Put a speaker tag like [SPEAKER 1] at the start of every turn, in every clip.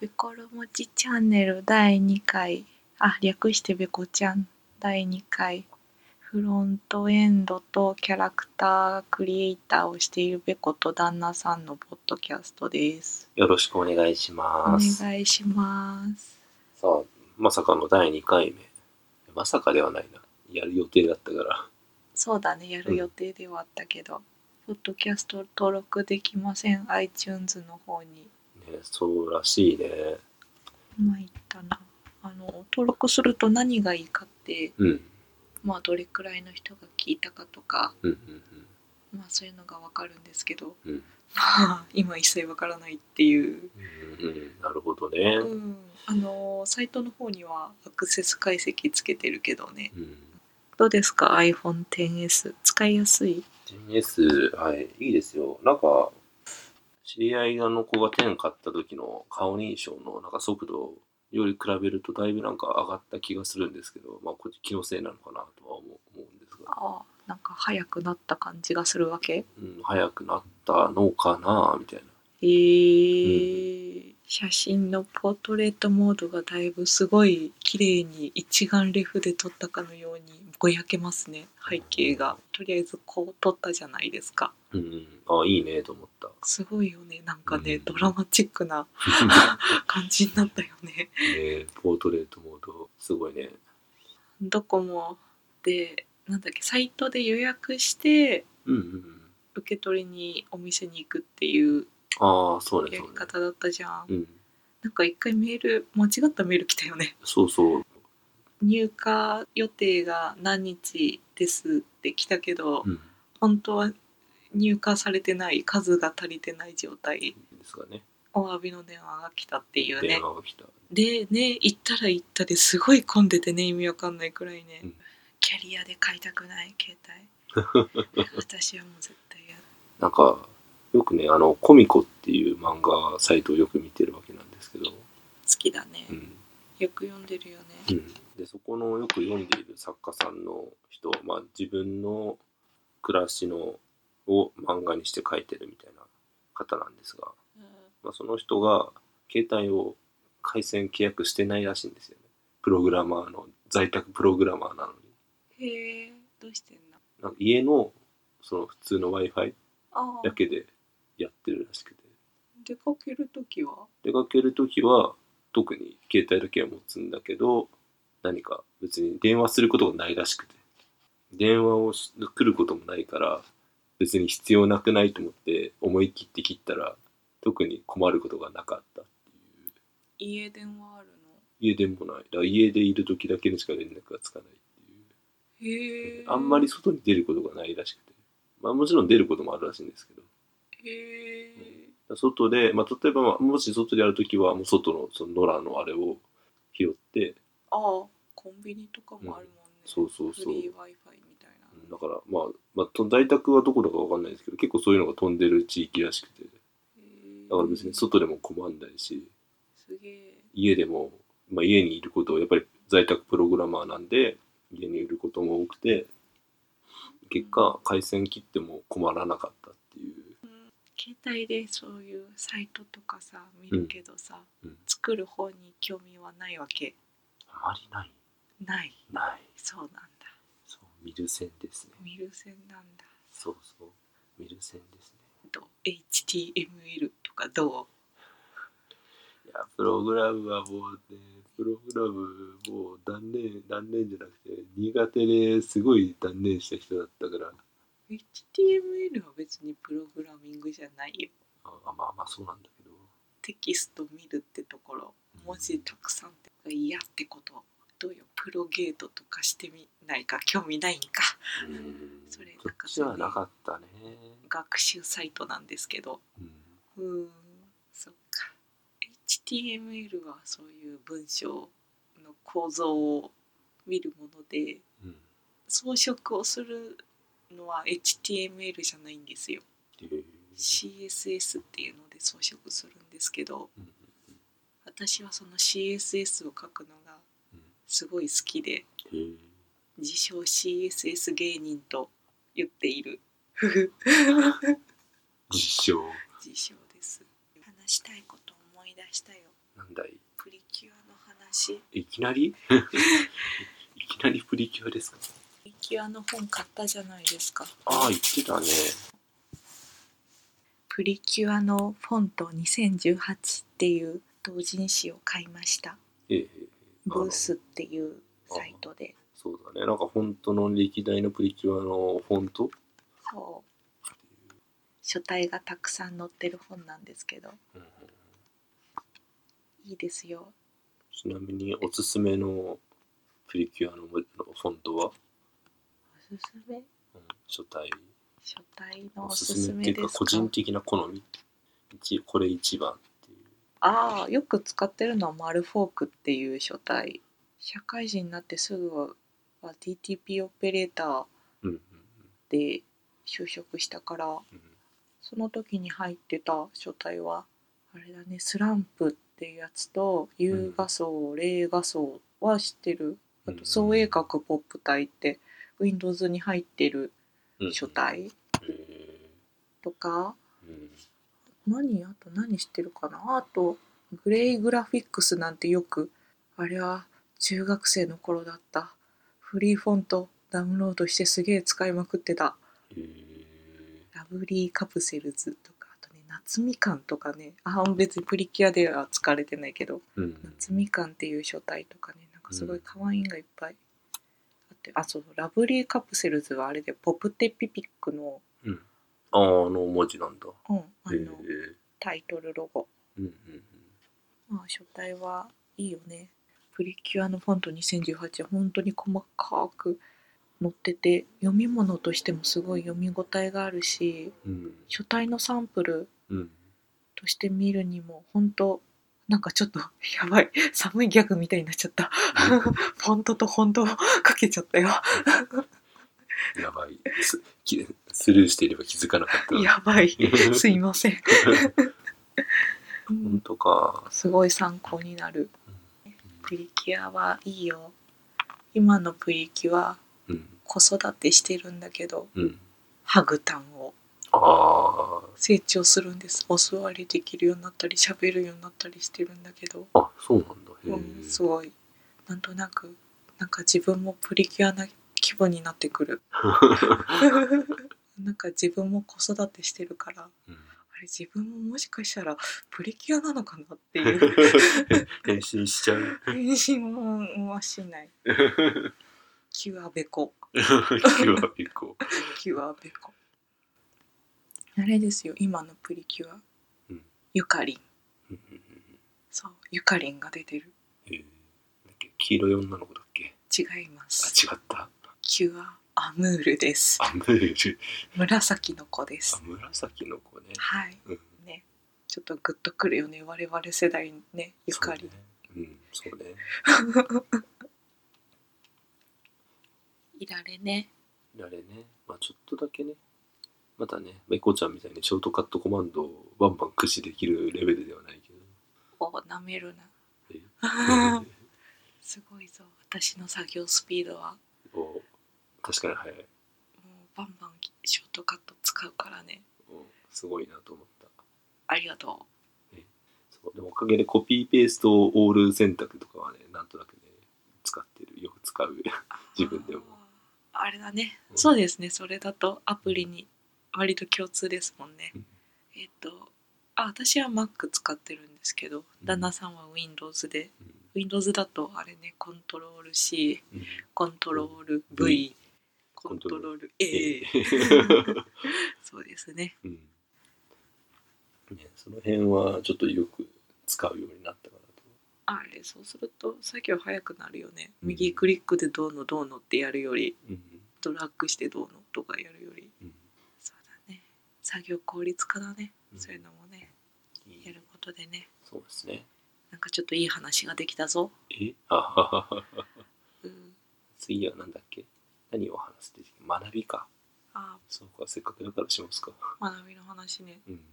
[SPEAKER 1] べころもちチャンネル第2回、あ、略してべこちゃん第2回、フロントエンドとキャラクタークリエイターをしているべこと旦那さんのポッドキャストです。
[SPEAKER 2] よろしくお願いし
[SPEAKER 1] お
[SPEAKER 2] ます。
[SPEAKER 1] 願いします。
[SPEAKER 2] さあ、まさかの第2回目。まさかではないな。やる予定だったから。
[SPEAKER 1] そうだね、やる予定ではあったけど、ポッドキャスト登録できません、iTunes の方に。
[SPEAKER 2] ね、そうらしいね。
[SPEAKER 1] まいったな。あの、登録すると何がいいかって、
[SPEAKER 2] うん。うん
[SPEAKER 1] まあ、どれくらいの人が聞いたかとか、
[SPEAKER 2] うん
[SPEAKER 1] まあ、そういうのがわかるんですけど、
[SPEAKER 2] うん
[SPEAKER 1] まあ今一切わからないっていう、
[SPEAKER 2] うん。うんうん、なるほどね。
[SPEAKER 1] う、
[SPEAKER 2] うん
[SPEAKER 1] あのーサイトの方にはアクセス解析つけてるけどね
[SPEAKER 2] ん。
[SPEAKER 1] どうですか iPhone10S 使いやすい
[SPEAKER 2] 10S、はい、いいですよ。なんか、知り合いの子が10買った時の顔認証のなんか速度より比べるとだいぶなんか上がった気がするんですけど、まあ、こっち気のせいなのかなとは思う思うんですが。
[SPEAKER 1] ああなんか早くなった感じがするわけ
[SPEAKER 2] うん、早くなったのかなみたいな。
[SPEAKER 1] えー写真のポートレートモードがだいぶすごい綺麗に一眼レフで撮ったかのようにぼやけますね背景がとりあえずこう撮ったじゃないですか
[SPEAKER 2] うん、あいいねと思った。
[SPEAKER 1] すごいよねなんかね、
[SPEAKER 2] うん
[SPEAKER 1] ドラマチック な感じになったよね
[SPEAKER 2] ね、ポートレートモードすごいね。
[SPEAKER 1] ドコモでなんだっけサイトで予約して
[SPEAKER 2] うんうんうん。
[SPEAKER 1] 受け取りにお店に行くっていう
[SPEAKER 2] ああそうね
[SPEAKER 1] やり
[SPEAKER 2] そうね。
[SPEAKER 1] 方だったじゃん、
[SPEAKER 2] うん、
[SPEAKER 1] なんか一回メール間違ったメール来たよね
[SPEAKER 2] そうそう。
[SPEAKER 1] 入荷予定が何日ですって来たけど、
[SPEAKER 2] うん、
[SPEAKER 1] 本当は入荷されてない数が足りてない状態
[SPEAKER 2] ですかね。
[SPEAKER 1] お詫びの電話が来たっていうね
[SPEAKER 2] 電話が来た。
[SPEAKER 1] でね行ったら行ったですごい混んでてね意味わかんないくらいね、
[SPEAKER 2] うん
[SPEAKER 1] キャリアで買いたくない携帯 私はもう絶対やる
[SPEAKER 2] なんかよくねあのコミコっていう漫画サイトをよく見てるわけなんですけど、
[SPEAKER 1] 好きだね、
[SPEAKER 2] うん
[SPEAKER 1] よく読んでるよね、
[SPEAKER 2] うん、でそこのよく読んでいる作家さんの人、まあ、自分の暮らしのを漫画にして書いてるみたいな方なんですが、まあ、その人が携帯を回線契約してないらしいんですよねプログラマーの在宅プログラマーなのに
[SPEAKER 1] へえどうしてんの
[SPEAKER 2] なんか家のその普通の w i f i
[SPEAKER 1] ああ
[SPEAKER 2] だけでやってるらしくて
[SPEAKER 1] 出かける時は
[SPEAKER 2] 出かける時は特に携帯だけは持つんだけど何か別に電話することがないらしくて電話をし来ることもないから別に必要なくないと思って思い切って切ったら特に困ることがなかったっていう
[SPEAKER 1] 家電話あるの
[SPEAKER 2] 家でもないだから家でいる時だけにしか連絡がつかないっ
[SPEAKER 1] へ
[SPEAKER 2] てい
[SPEAKER 1] え
[SPEAKER 2] うあんまり外に出ることがないらしくて、まあ、もちろん出ることもあるらしいんですけど
[SPEAKER 1] へえ
[SPEAKER 2] 外で、まあ、例えばまあもし外でやる時はもう外のその野良のあれを拾って
[SPEAKER 1] ああコンビニとかもあるもんね、
[SPEAKER 2] そうそうそう
[SPEAKER 1] フリー Wi-Fi みたいな、
[SPEAKER 2] だからまあ、まあと、在宅はどこだかわかんないですけど結構そういうのが飛んでる地域らしくて
[SPEAKER 1] へえ
[SPEAKER 2] だから別に外でも困んないし
[SPEAKER 1] すげえ
[SPEAKER 2] 家でも、まあ、家にいることをやっぱり在宅プログラマーなんで家にいることも多くて結果回線切っても困らなかったっていう
[SPEAKER 1] 携帯でそういうサイトとかさ見るけどさ、
[SPEAKER 2] うんうん
[SPEAKER 1] 作る方に興味はないわけ
[SPEAKER 2] あまりない
[SPEAKER 1] ない
[SPEAKER 2] ない
[SPEAKER 1] そうなんだ
[SPEAKER 2] そう見る線ですね
[SPEAKER 1] 見る線なんだ
[SPEAKER 2] そうそう見る線ですね
[SPEAKER 1] と HTML とかど
[SPEAKER 2] いやプログラムはもうねプログラムもう断念断念じゃなくて苦手ですごい断念した人だったから
[SPEAKER 1] う HTML は別にプログラミングじゃないよ
[SPEAKER 2] ああまあまあそうなんだけど
[SPEAKER 1] テキスト見るってところ文字たくさんって嫌ってことどうよプロゲートとかしてみないか興味ないんか
[SPEAKER 2] うん
[SPEAKER 1] それ
[SPEAKER 2] そっちはなかったね、
[SPEAKER 1] 学習サイトなんですけど
[SPEAKER 2] うん
[SPEAKER 1] うーんそっか HTML はそういう文章の構造を見るもので
[SPEAKER 2] うん
[SPEAKER 1] 装飾をするのは HTML じゃないんですよ
[SPEAKER 2] へえ
[SPEAKER 1] CSS っていうので装飾するんですけど
[SPEAKER 2] うんうん
[SPEAKER 1] 私はその CSS を書くのがすごい好きで
[SPEAKER 2] うんへえ
[SPEAKER 1] 自称 CSS 芸人と言っている
[SPEAKER 2] 実証
[SPEAKER 1] 自称です話したいことを思い出したよ
[SPEAKER 2] なんだい
[SPEAKER 1] プリキュアの話プ
[SPEAKER 2] いきな りいきなりプリキュアですか
[SPEAKER 1] リキュアの本買ったじゃないですか
[SPEAKER 2] ああ、言ってたね。
[SPEAKER 1] プリキュアのフォント2018っていう同人誌を買いました
[SPEAKER 2] ええ、あ
[SPEAKER 1] ブ
[SPEAKER 2] の
[SPEAKER 1] ースっていうサイトで
[SPEAKER 2] そうだね。なんか本当の歴代のプリキュアのフォント
[SPEAKER 1] そう書体がたくさん載ってる本なんですけど
[SPEAKER 2] うんうん
[SPEAKER 1] いいですよ
[SPEAKER 2] ちなみにおすすめのプリキュアのフォントは、
[SPEAKER 1] おすすめ
[SPEAKER 2] うん、書体
[SPEAKER 1] 書体の
[SPEAKER 2] お
[SPEAKER 1] お
[SPEAKER 2] す
[SPEAKER 1] す
[SPEAKER 2] す
[SPEAKER 1] す
[SPEAKER 2] めって
[SPEAKER 1] め
[SPEAKER 2] いう
[SPEAKER 1] で
[SPEAKER 2] か
[SPEAKER 1] す
[SPEAKER 2] 個
[SPEAKER 1] か
[SPEAKER 2] 人的な好み一これ一番っていう
[SPEAKER 1] ああよく使ってるのは「マルフォーク」っていう書体社会人になってすぐは DTP オペレーター
[SPEAKER 2] うんうん
[SPEAKER 1] で就職したから
[SPEAKER 2] うん
[SPEAKER 1] その時に入ってた書体はあれだねスランプっていうやつと有画素霊画素は知ってるあ
[SPEAKER 2] うん
[SPEAKER 1] と創映学ポップ体って Windows に入ってる
[SPEAKER 2] うんうん
[SPEAKER 1] 書体
[SPEAKER 2] へえ
[SPEAKER 1] とか
[SPEAKER 2] うん
[SPEAKER 1] 何あと何してるかなあとグレイグラフィックスなんてよくあれは中学生の頃だったフリーフォントダウンロードしてすげえ使いまくってた
[SPEAKER 2] へえ
[SPEAKER 1] ラブリーカプセルズとかあとね夏みかんとかねあ別にプリキュアでは使われてないけど
[SPEAKER 2] うん
[SPEAKER 1] 夏みかんっていう書体とかねなんかすごい可愛いんがいっぱいあってあそうラブリーカプセルズはあれでポプテピピックの,、
[SPEAKER 2] うんあーあの文字なんだ
[SPEAKER 1] うん、あ
[SPEAKER 2] へえ
[SPEAKER 1] のタイトルロゴ
[SPEAKER 2] うんうんうん
[SPEAKER 1] まあ書体はいいよね。プリキュアのフォント2018は本当に細かく載ってて読み物としてもすごい読み応えがあるし
[SPEAKER 2] うん
[SPEAKER 1] 書体のサンプル
[SPEAKER 2] うん
[SPEAKER 1] として見るにも本当なんかちょっと やばい寒いギャグみたいになっちゃった フォントとフォントをかけちゃったよ
[SPEAKER 2] やばいすきスルーしていれば気づかなかった
[SPEAKER 1] やばいすいません、う
[SPEAKER 2] 本
[SPEAKER 1] ん
[SPEAKER 2] 当か
[SPEAKER 1] すごい参考になるプリキュアはいいよ今のプリキュア
[SPEAKER 2] うん
[SPEAKER 1] 子育てしてるんだけど
[SPEAKER 2] うん
[SPEAKER 1] ハグタンを
[SPEAKER 2] ああ
[SPEAKER 1] 成長するんですお座りできるようになったり喋るようになったりしてるんだけど、
[SPEAKER 2] あそうなんだへえ、
[SPEAKER 1] うん、すごいなんとなくなんか自分もプリキュアな気分になってくる なんか自分も子育てしてるから
[SPEAKER 2] うん
[SPEAKER 1] あれ自分ももしかしたらプリキュアなのかなっていう
[SPEAKER 2] 変身しちゃう
[SPEAKER 1] 変身もはしないキュアベコ
[SPEAKER 2] キュアピコ
[SPEAKER 1] キュアベコあれですよ今のプリキュア、
[SPEAKER 2] うん
[SPEAKER 1] ゆかりん
[SPEAKER 2] うんうん
[SPEAKER 1] そうゆかりんが出てる
[SPEAKER 2] うんへえなんだっけ黄色い女の子だっけ
[SPEAKER 1] 違います
[SPEAKER 2] あ違った
[SPEAKER 1] キュアアムールです
[SPEAKER 2] あムール
[SPEAKER 1] 紫の子で
[SPEAKER 2] あ
[SPEAKER 1] す
[SPEAKER 2] 紫の子ね
[SPEAKER 1] はい
[SPEAKER 2] うん
[SPEAKER 1] ねちょっとグッとくるよね我々世代にねゆかり、
[SPEAKER 2] そうねうんそうね
[SPEAKER 1] いられね
[SPEAKER 2] あれねまあちょっとだけねまたねまあエコちゃんみたいにショートカットコマンドをバンバン駆使できるレベルではないけど
[SPEAKER 1] おなめる
[SPEAKER 2] え
[SPEAKER 1] なすごいぞ私の作業スピードは
[SPEAKER 2] お確かに早い
[SPEAKER 1] もうバンバンショートカット使うからね
[SPEAKER 2] おすごいなと思った
[SPEAKER 1] ありがと
[SPEAKER 2] そうでもおかげでコピーペーストオール選択とかはねなんとなくね使ってるよく使う
[SPEAKER 1] うあー
[SPEAKER 2] 自分でも
[SPEAKER 1] あれだね、
[SPEAKER 2] うん
[SPEAKER 1] そうですねそれだとアプリに割と共通ですもんね、
[SPEAKER 2] うん
[SPEAKER 1] えっ、とあ私は Mac 使ってるんですけど旦那さんは Windows で、Windows だとあれねコントロール C
[SPEAKER 2] うん
[SPEAKER 1] コントロール V コ
[SPEAKER 2] コ
[SPEAKER 1] ン
[SPEAKER 2] ン
[SPEAKER 1] ト
[SPEAKER 2] ト
[SPEAKER 1] ロ
[SPEAKER 2] ロ
[SPEAKER 1] ール A そうですね
[SPEAKER 2] うん ねその辺はちょっとよく使うようになったかなと
[SPEAKER 1] あれそうすると作業早くなるよね
[SPEAKER 2] うん
[SPEAKER 1] 右クリックでどうのどうのってやるより
[SPEAKER 2] うん
[SPEAKER 1] ドラッグしてどうのとかやるより
[SPEAKER 2] うん
[SPEAKER 1] そうだね作業効率化だね、
[SPEAKER 2] うん
[SPEAKER 1] そういうのもね
[SPEAKER 2] いい
[SPEAKER 1] やることでね
[SPEAKER 2] そうですね
[SPEAKER 1] なんかちょっといい話ができたぞ、
[SPEAKER 2] えあはははは
[SPEAKER 1] うん、
[SPEAKER 2] 次は何だっけ何を話すって学びか
[SPEAKER 1] あ
[SPEAKER 2] そうかせっかくだからしますか
[SPEAKER 1] ー学びの話ね
[SPEAKER 2] うん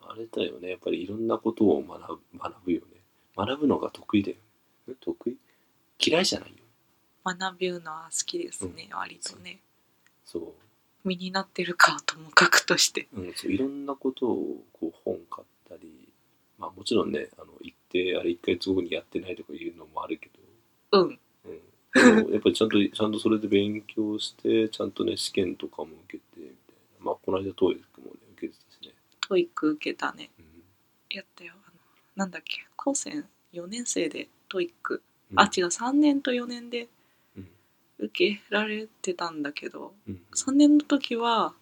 [SPEAKER 2] あれだよねやっぱりいろんなことを学ぶ学ぶよね学ぶのが得意だよね得意嫌いじゃないよ
[SPEAKER 1] 学びるのは好きですね、割とね
[SPEAKER 2] そう
[SPEAKER 1] 身になってるかはともかくとして
[SPEAKER 2] うん、そういろんなことをこう本買ったり、まあ、もちろんねあの一て、あれ1ヶ月後にやってないとかいうのもあるけ
[SPEAKER 1] うん
[SPEAKER 2] ど、うん、でもやっぱりちゃんと、 ちゃんとそれで勉強して、ちゃんとね、試験とかも受けて、みたいな。まあ、この間、トイックもね、受けてたしね。
[SPEAKER 1] トイック受けたね
[SPEAKER 2] うん
[SPEAKER 1] やったよあのなんだっけ高専4年生でトイック、
[SPEAKER 2] うん、
[SPEAKER 1] あ違う3年と4年で
[SPEAKER 2] うん。
[SPEAKER 1] 受けられてたんだけど
[SPEAKER 2] うん。
[SPEAKER 1] 3年の時は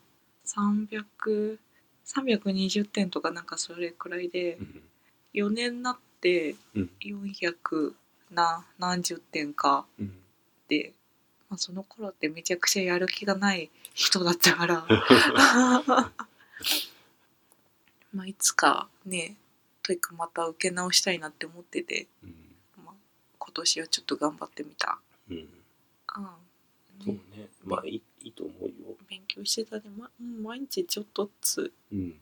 [SPEAKER 1] 300 320点とかなんかそれくらいで
[SPEAKER 2] うん。
[SPEAKER 1] 4年になって
[SPEAKER 2] うん。
[SPEAKER 1] 400な何十点か
[SPEAKER 2] うん。
[SPEAKER 1] で、まあ、その頃ってめちゃくちゃやる気がない人だったから まあいつかねトイックまた受け直したいなって思ってて、
[SPEAKER 2] うん。
[SPEAKER 1] まあ、今年はちょっと頑張ってみた、
[SPEAKER 2] うん。
[SPEAKER 1] う
[SPEAKER 2] そ
[SPEAKER 1] ん
[SPEAKER 2] う
[SPEAKER 1] ね
[SPEAKER 2] ね。まあ、いいいいと思うよ。
[SPEAKER 1] 勉強してたね、まうん毎日ちょっとずつ
[SPEAKER 2] うん。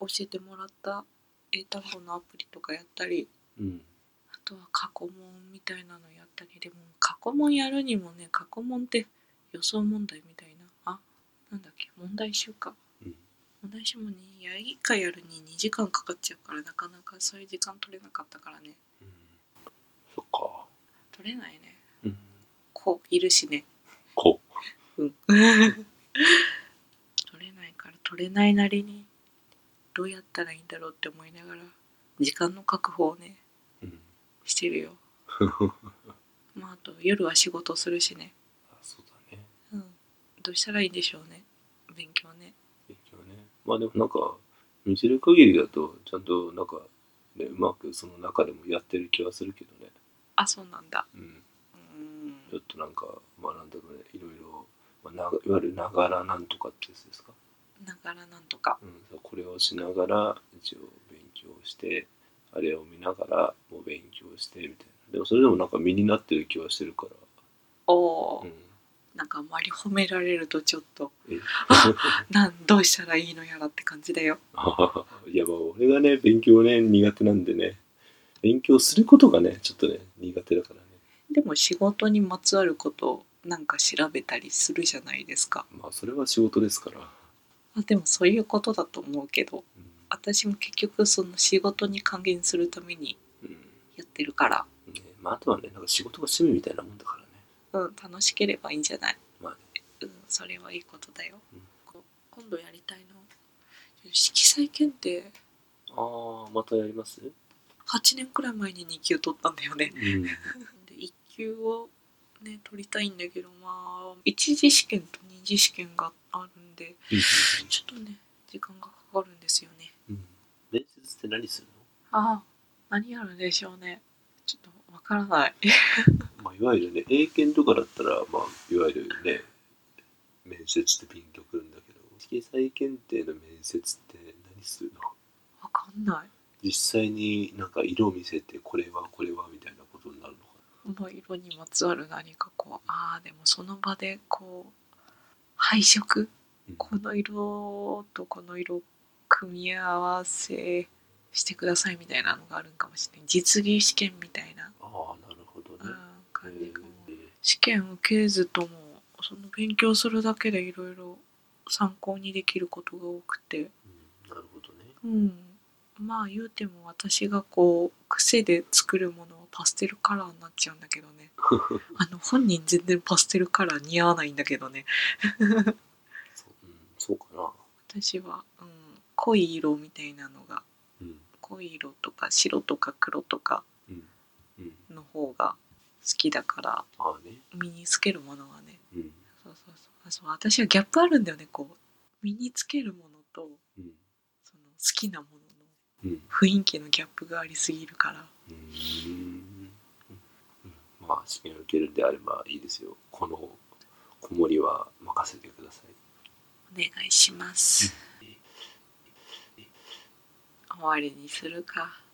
[SPEAKER 1] 教えてもらった英単語のアプリとかやったり
[SPEAKER 2] うん。
[SPEAKER 1] あとは過去問みたいなのやったりでも過去問やるにもね過去問って予想問題みたいなあなんだっけ問題集か
[SPEAKER 2] うん。
[SPEAKER 1] 問題集もねいや1回やるに2時間かかっちゃうからなかなかそういう時間取れなかったからね
[SPEAKER 2] うんそっか。
[SPEAKER 1] 取れないね
[SPEAKER 2] うん。
[SPEAKER 1] 子いるしね
[SPEAKER 2] こう。
[SPEAKER 1] うん取れないから取れないなりにどうやったらいいんだろうって思いながら時間の確保をね
[SPEAKER 2] うん。
[SPEAKER 1] してるよまああと夜は仕事するしね
[SPEAKER 2] あそうだね。
[SPEAKER 1] うんどうしたらいいんでしょうね勉強ね
[SPEAKER 2] 勉強ね。まあでもなんか、見てる限りだと、ちゃんとなんか、ね、うまくその中でもやってる気はするけどね。
[SPEAKER 1] あそうなんだ
[SPEAKER 2] うん。
[SPEAKER 1] うー
[SPEAKER 2] ちょ
[SPEAKER 1] ん
[SPEAKER 2] っとなんか、まあなんだろうね、いろいろ、まあ、ながいわゆるながらなんとかってやつですか。
[SPEAKER 1] ながらなんとか
[SPEAKER 2] うん。そうこれをしながら、一応勉強して、あれを見ながら、もう勉強して、みたいな。でもそれでもなんか身になってる気はしてるか
[SPEAKER 1] おお、
[SPEAKER 2] ら。うん。
[SPEAKER 1] なんかあんまり褒められるとちょっと
[SPEAKER 2] え
[SPEAKER 1] なんどうしたらいいのやらって感じだよ
[SPEAKER 2] ああいやまあ俺がね勉強ね苦手なんでね勉強することがねちょっとね苦手だからね
[SPEAKER 1] でも仕事にまつわることをなんか調べたりするじゃないですか
[SPEAKER 2] まあそれは仕事ですから、
[SPEAKER 1] あでもそういうことだと思うけど
[SPEAKER 2] うん
[SPEAKER 1] 私も結局その仕事に還元するために
[SPEAKER 2] うん
[SPEAKER 1] やってるから、
[SPEAKER 2] ねまあ、あとはねなんか仕事が趣味みたいなもんだからね
[SPEAKER 1] うん、楽しければいいんじゃない、
[SPEAKER 2] まあね
[SPEAKER 1] うん、それはいいことだよ、
[SPEAKER 2] うん
[SPEAKER 1] こ今度やりたいの色彩検定
[SPEAKER 2] ああまたやります
[SPEAKER 1] 8年くらい前に2級取ったんだよね
[SPEAKER 2] うん
[SPEAKER 1] で1級をね取りたいんだけどまあ一次試験と二次試験があるんでちょっとね時間がかかるんですよね
[SPEAKER 2] うん面接って何する
[SPEAKER 1] ああ何やるでしょうねちょっとわからない
[SPEAKER 2] の、まあ、いわゆるね英検とかだったらまあいわゆるね面接ってピンとくるんだけど色彩検定の面接って何するの
[SPEAKER 1] わかんない
[SPEAKER 2] 実際になんか色を見せてこれはこれはみたいなことになるのか
[SPEAKER 1] まあ色にまつわる何かこうああでもその場でこう配色
[SPEAKER 2] な
[SPEAKER 1] この色とこの色組み合わせしてくださいみたいなのがあるんかもしれない実技試験みたいな、
[SPEAKER 2] ああなるほど
[SPEAKER 1] うん
[SPEAKER 2] ね、、
[SPEAKER 1] 感じかも、
[SPEAKER 2] えー
[SPEAKER 1] 試験受けずともその勉強するだけでいろいろ参考にできることが多くて、
[SPEAKER 2] うんなるほどね
[SPEAKER 1] うん、まあ言うても私がこう癖で作るものはパステルカラーになっちゃうんだけど ねあの本人全然パステルカラー似合わないんだけどね
[SPEAKER 2] そう,、うん、そうかな
[SPEAKER 1] 私は、うん、濃い色みたいなのが
[SPEAKER 2] うん
[SPEAKER 1] 濃い色とか白とか黒とか
[SPEAKER 2] うんうん
[SPEAKER 1] の方が好きだから
[SPEAKER 2] ああね
[SPEAKER 1] 身につけるものはね
[SPEAKER 2] うん
[SPEAKER 1] そうそうそうあそう私はギャップあるんだよねこう身につけるものと
[SPEAKER 2] うん
[SPEAKER 1] その好きなものの
[SPEAKER 2] うん
[SPEAKER 1] 雰囲気のギャップがありすぎるから
[SPEAKER 2] うーんうんまあ試験を受けるんであればいいですよこの子守は任せてください
[SPEAKER 1] お願いします終わりにするか